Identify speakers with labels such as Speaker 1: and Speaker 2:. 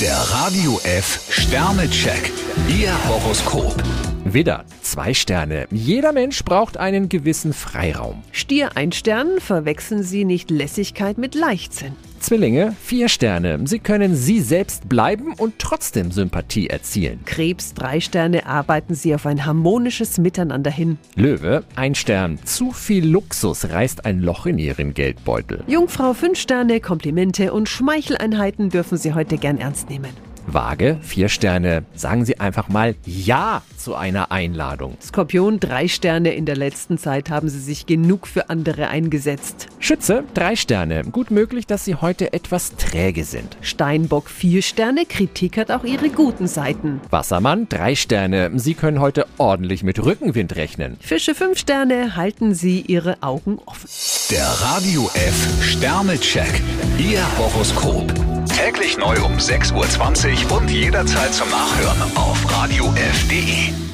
Speaker 1: Der Radio F Sternecheck. Ihr Horoskop.
Speaker 2: Widder, zwei Sterne. Jeder Mensch braucht einen gewissen Freiraum.
Speaker 3: Stier ein Stern, verwechseln Sie nicht Lässigkeit mit Leichtsinn.
Speaker 2: Zwillinge, vier Sterne. Sie können sie selbst bleiben und trotzdem Sympathie erzielen.
Speaker 3: Krebs drei Sterne, arbeiten Sie auf ein harmonisches Miteinander hin.
Speaker 2: Löwe, ein Stern. Zu viel Luxus reißt ein Loch in ihren Geldbeutel.
Speaker 3: Jungfrau fünf Sterne, Komplimente und Schmeicheleinheiten dürfen Sie heute gern ernst nehmen.
Speaker 2: Waage, vier Sterne. Sagen Sie einfach mal Ja zu einer Einladung.
Speaker 3: Skorpion drei Sterne, in der letzten Zeit haben Sie sich genug für andere eingesetzt.
Speaker 2: Schütze, drei Sterne. Gut möglich, dass Sie heute etwas träge sind.
Speaker 3: Steinbock vier Sterne, Kritik hat auch ihre guten Seiten.
Speaker 2: Wassermann, drei Sterne. Sie können heute ordentlich mit Rückenwind rechnen.
Speaker 3: Fische fünf Sterne, halten Sie Ihre Augen offen.
Speaker 1: Der Radio F Sternecheck. Ihr Horoskop. Täglich neu um 6.20 Uhr und jederzeit zum Nachhören auf Radio radiof.de.